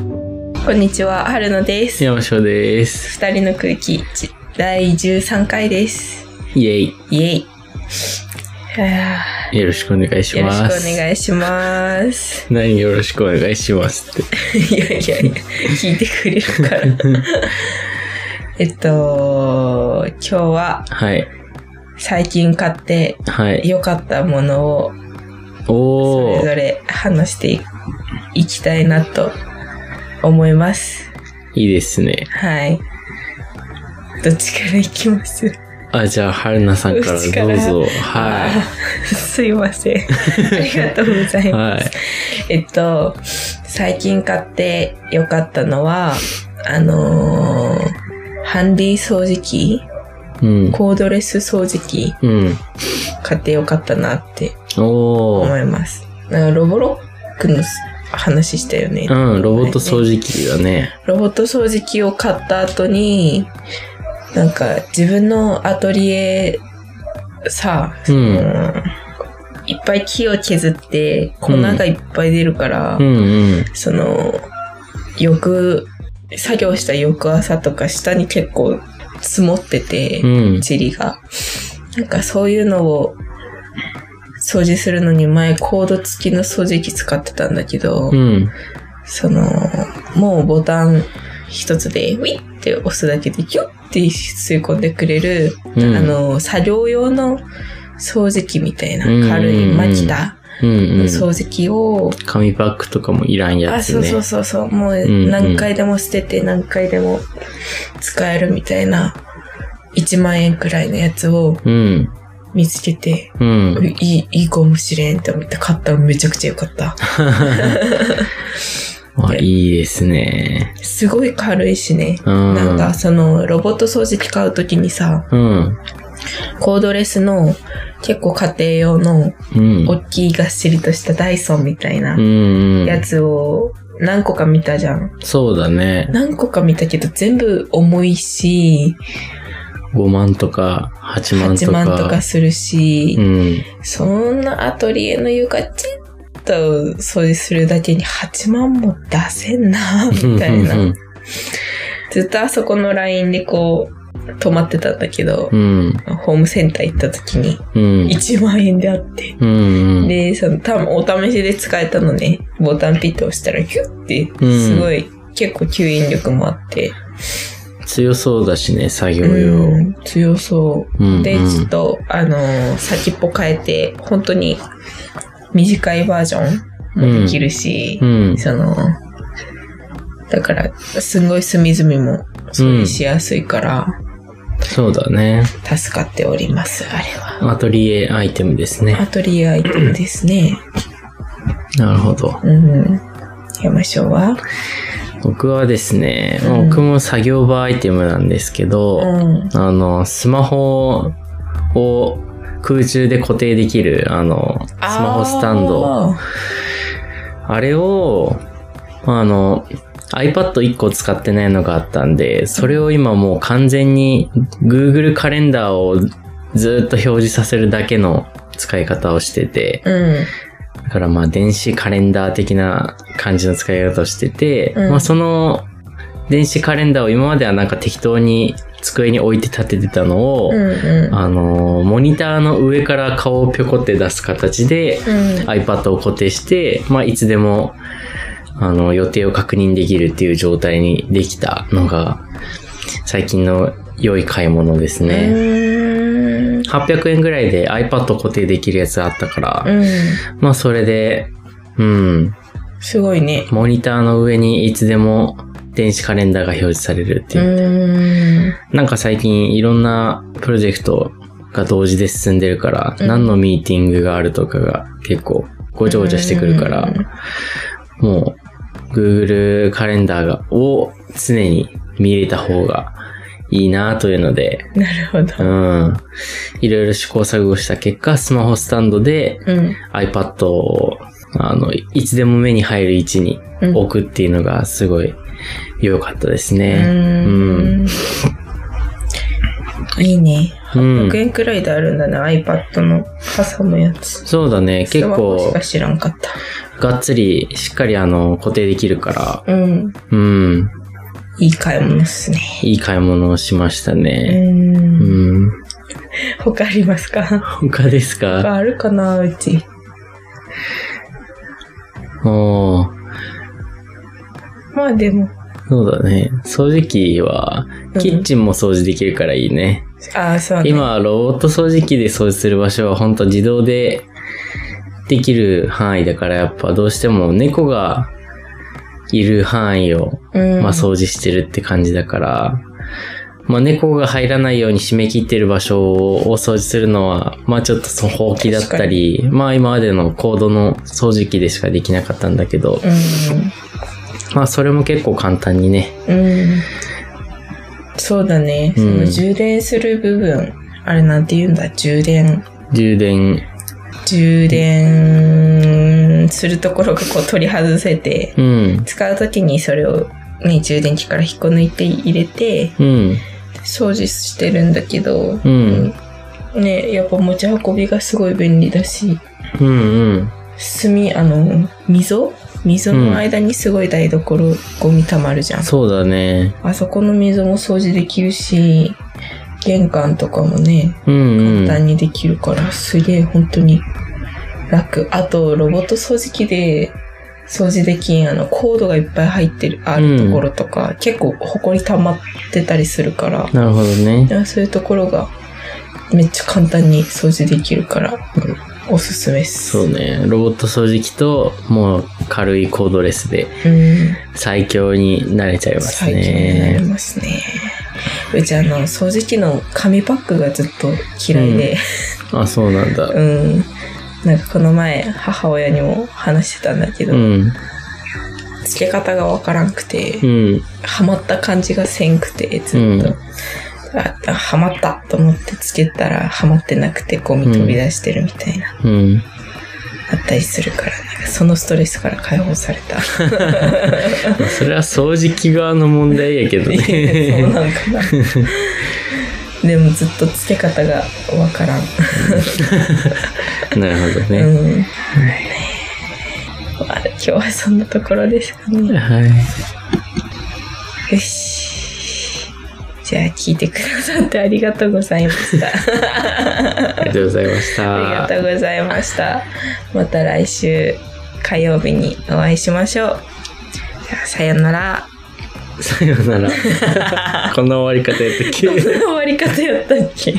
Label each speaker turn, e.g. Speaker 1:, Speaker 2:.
Speaker 1: こんにちは、春野です。
Speaker 2: 山椒です。
Speaker 1: 二人の空気一第13回です。
Speaker 2: イエイ。
Speaker 1: イエイ。いや
Speaker 2: よろしくお願いし
Speaker 1: ーよろ
Speaker 2: ます。
Speaker 1: しくお願いします。
Speaker 2: 何よろしくお願いしますって。
Speaker 1: いやいやいや、聞いてくれるから。 えっと、今日は
Speaker 2: はい。
Speaker 1: 最近買って
Speaker 2: はい。
Speaker 1: 良かったものをそ
Speaker 2: お
Speaker 1: れ
Speaker 2: ー
Speaker 1: ぞ。れ話していきたいなと思います。
Speaker 2: いいですね。
Speaker 1: はい。どっちからいきます
Speaker 2: あ、じゃあ、春菜さんから
Speaker 1: うちから
Speaker 2: どうぞ。は
Speaker 1: すいま せん。ありがとうござ
Speaker 2: い。
Speaker 1: います。
Speaker 2: はい。
Speaker 1: えっと、最近買ってよかったのは、あのーハンディ掃除機、
Speaker 2: うん。
Speaker 1: コードレス掃除機
Speaker 2: うん。
Speaker 1: 買ってよかったなって
Speaker 2: お
Speaker 1: 思
Speaker 2: ー。
Speaker 1: います。なんかロボロックの話したよね。
Speaker 2: うん、ロボット掃除機だね。
Speaker 1: ロボット掃除機を買った後に、なんか自分のアトリエさ、
Speaker 2: う。
Speaker 1: うんんいっぱい木を削って粉がいっぱい出るから、
Speaker 2: うんうん。
Speaker 1: その翌作業した翌朝とか下に結構積もってて
Speaker 2: う、ん。
Speaker 1: 塵が。なんかそういうのを掃除するのに前コード付きの掃除機使ってたんだけど、
Speaker 2: うん。
Speaker 1: そのもうボタン一つでウィッて押すだけでギュッて吸い込んでくれる
Speaker 2: うん。
Speaker 1: あ、の、作業用の掃除機みたいな
Speaker 2: うん
Speaker 1: 軽いマキタ
Speaker 2: うん
Speaker 1: の
Speaker 2: うん。
Speaker 1: 掃除機を、
Speaker 2: 紙パックとかもいらんや
Speaker 1: あ、
Speaker 2: つ
Speaker 1: そう
Speaker 2: ね。
Speaker 1: そうそうそう、もう
Speaker 2: うん
Speaker 1: 何回でも捨てて何回でも使えるみたいな1万円くらいのやつを
Speaker 2: うん。
Speaker 1: 見つけて、
Speaker 2: う。
Speaker 1: うんいい、いいかもしれんって思って買ったらめちゃくちゃ良かった。
Speaker 2: あ、いいですね。
Speaker 1: すごい軽いしね。
Speaker 2: うん。
Speaker 1: なんか、そのロボット掃除機買うときにさ、
Speaker 2: うん。
Speaker 1: コードレスの結構家庭用の
Speaker 2: うん。
Speaker 1: 大きいがっしりとしたダイソンみたいな、
Speaker 2: うんうん。
Speaker 1: やつを何個か見たじゃん。
Speaker 2: そうだね。
Speaker 1: 何個か見たけど全部重いし、
Speaker 2: 5万とか8万と
Speaker 1: 8
Speaker 2: か。
Speaker 1: 万とかするし
Speaker 2: う、ん。
Speaker 1: そんなアトリエの床ちょっと掃除するだけに8万も出せんな、みたい
Speaker 2: う
Speaker 1: な。
Speaker 2: ん
Speaker 1: ずっとあそこのラインでこう、止まってたんだけど
Speaker 2: う、ん。
Speaker 1: ホームセンター行った時に
Speaker 2: うん。
Speaker 1: 1万円であって。
Speaker 2: うん。
Speaker 1: で、その、多分お試しで使えたのね。ボタンピッと押したらキュッて、すごい、結構吸引力もあって。
Speaker 2: 強そうだしね、作業
Speaker 1: う
Speaker 2: 用。
Speaker 1: ん強そうう。
Speaker 2: ん。
Speaker 1: で、
Speaker 2: うん
Speaker 1: ちょっと、あのー先っぽ変えて、本当に短いバージョンもできるし、
Speaker 2: うん。
Speaker 1: その、だから、すごい隅々も掃除しやすいから、
Speaker 2: そうだね。
Speaker 1: 助かっております、あれは。
Speaker 2: アトリエアイテムです
Speaker 1: ア
Speaker 2: ね。
Speaker 1: トリエアイテムですね。
Speaker 2: なるほど。
Speaker 1: うん。山椒は
Speaker 2: 僕はですね、まあ
Speaker 1: うん
Speaker 2: 僕も作業場アイテムなんですけど、
Speaker 1: うん。
Speaker 2: あの、スマホを空中で固定できる、あの、スマホスタンド。
Speaker 1: あ
Speaker 2: あれを、あの、iPad1 個使ってないのがあったんで、それを今もう完全に Google カレンダーをずっと表示させるだけの使い方をしてて、
Speaker 1: ー。うん。
Speaker 2: だからまあ電子カレンダー的な感じの使い方をしてて、
Speaker 1: うん
Speaker 2: まあその電子カレンダーを今まではなんか適当に机に置いて立ててたのを、
Speaker 1: うんうん。
Speaker 2: あの、モニターの上から顔をぴょこって出す形で、
Speaker 1: うん。
Speaker 2: iPad を固定して、まあ、いつでも、あの、予定を確認できるっていう状態にできたのが、最近の良い買い物ですね。
Speaker 1: うーん。
Speaker 2: 800円ぐらいで iPad を固定できるやつあったから、
Speaker 1: うん。
Speaker 2: まあ、それで、うん、
Speaker 1: すごいね。
Speaker 2: モニターの上にいつでも電子カレンダーが表示されるって
Speaker 1: う
Speaker 2: いう。
Speaker 1: ーん。
Speaker 2: なんか最近いろんなプロジェクトが同時で進んでるから、
Speaker 1: うん
Speaker 2: 何のミーティングがあるとかが結構ごちゃごちゃしてくるから、もう、Google カレンダーがを常に見れた方がいいなというので、
Speaker 1: うん。なるほ
Speaker 2: う
Speaker 1: ど。
Speaker 2: ん。いろいろ試行錯誤した結果、スマホスタンドで
Speaker 1: うん。
Speaker 2: iPad を、あの、いつでも目に入る位置に
Speaker 1: うん
Speaker 2: 置くっていうのがすごい良かったです
Speaker 1: う
Speaker 2: ね。
Speaker 1: ーん。いいね。
Speaker 2: うん
Speaker 1: 100円くらいであるんだな、iPad の挟むやつ。
Speaker 2: そうだね。
Speaker 1: ス
Speaker 2: 結
Speaker 1: マホ
Speaker 2: 構
Speaker 1: し、か知らんかっ
Speaker 2: がっつり、しっかりあの、固定できるから、
Speaker 1: た。うん。
Speaker 2: うん。
Speaker 1: いい買い物っすね。
Speaker 2: いい買い物をしました
Speaker 1: う。
Speaker 2: ね。うんん。
Speaker 1: 他ありますか
Speaker 2: 他ですか
Speaker 1: 他あるかな、うち。
Speaker 2: おー
Speaker 1: まあでも、
Speaker 2: そうだね。掃除機は
Speaker 1: う、ん
Speaker 2: キッチンも掃除できるからいいね。
Speaker 1: ああ、そうね。
Speaker 2: 今、ロボット掃除機で掃除する場所は本当自動でできる範囲だから、やっぱどうしても猫がいる範囲を、
Speaker 1: うん、
Speaker 2: まあ掃除してるって感じだから、まあ猫が入らないように締め切ってる場所をお掃除するのは、まあちょっとその放棄だったり、まあ今までのコードの掃除機でしかできなかったんだけど、まあそれも結構簡単にね、
Speaker 1: うん。うん。そうだね。
Speaker 2: うん
Speaker 1: その充電する部分、あれなんて言うんだ、充電。
Speaker 2: 充電、
Speaker 1: 充電するところがこう取り外せて、
Speaker 2: うん、
Speaker 1: 使うときにそれを、ね、充電器から引っこ抜いて入れて、
Speaker 2: うん、
Speaker 1: 掃除してるんだけど、
Speaker 2: うん、
Speaker 1: ね、やっぱ持ち運びがすごい便利だし、
Speaker 2: うん、うん。
Speaker 1: 炭、あの、溝溝の間にすごい台所、ゴミ溜まるじゃん。
Speaker 2: そうだね。
Speaker 1: あそこの溝も掃除できるし、玄関とかもね、
Speaker 2: うん、う
Speaker 1: 簡
Speaker 2: ん。
Speaker 1: 単にできるから、すげえ本当に楽。あと、ロボット掃除機で掃除できん、あの、コードがいっぱい入ってる、あるところとか、結構埃溜まってたりするから、
Speaker 2: なるほどね。
Speaker 1: あそういうところがめっちゃ簡単に掃除できるから、おすすめっす。
Speaker 2: そうね。ロボット掃除機と、もう軽いコードレスで
Speaker 1: うん。
Speaker 2: 最強になれちゃいます
Speaker 1: 最近になり
Speaker 2: ね。
Speaker 1: ますね。うちあの、掃除機の紙パックがずっと嫌いで、
Speaker 2: あ、そうなんだ。
Speaker 1: うん。なんかこの前、母親にも話してたんだけど、
Speaker 2: うん、
Speaker 1: 付け方がわからんくて、
Speaker 2: うん、
Speaker 1: ハマった感じがせんくて、ずっと。ああハマったと思ってつけたらハマってなくてゴミ飛び出してるみたいな、
Speaker 2: うん。
Speaker 1: あったりするからなんかそのストレスから解放された
Speaker 2: まあそれは掃除機側の問題やけど
Speaker 1: いやそう
Speaker 2: ね。
Speaker 1: なんかなでもずっとつけ方がわからん、
Speaker 2: なるほど
Speaker 1: う
Speaker 2: ね。
Speaker 1: ん、まあ今日はそんなところですかね
Speaker 2: はい。
Speaker 1: よし。じゃあ聞いてくださってありがとうございました。
Speaker 2: ありがとうございまし
Speaker 1: あ
Speaker 2: た
Speaker 1: り。がとうございました。また来週火曜日にお会いしましょう。じゃあさよなら。
Speaker 2: さようなら。こんな終わり方やったっけ
Speaker 1: どんな終わり方やったっけ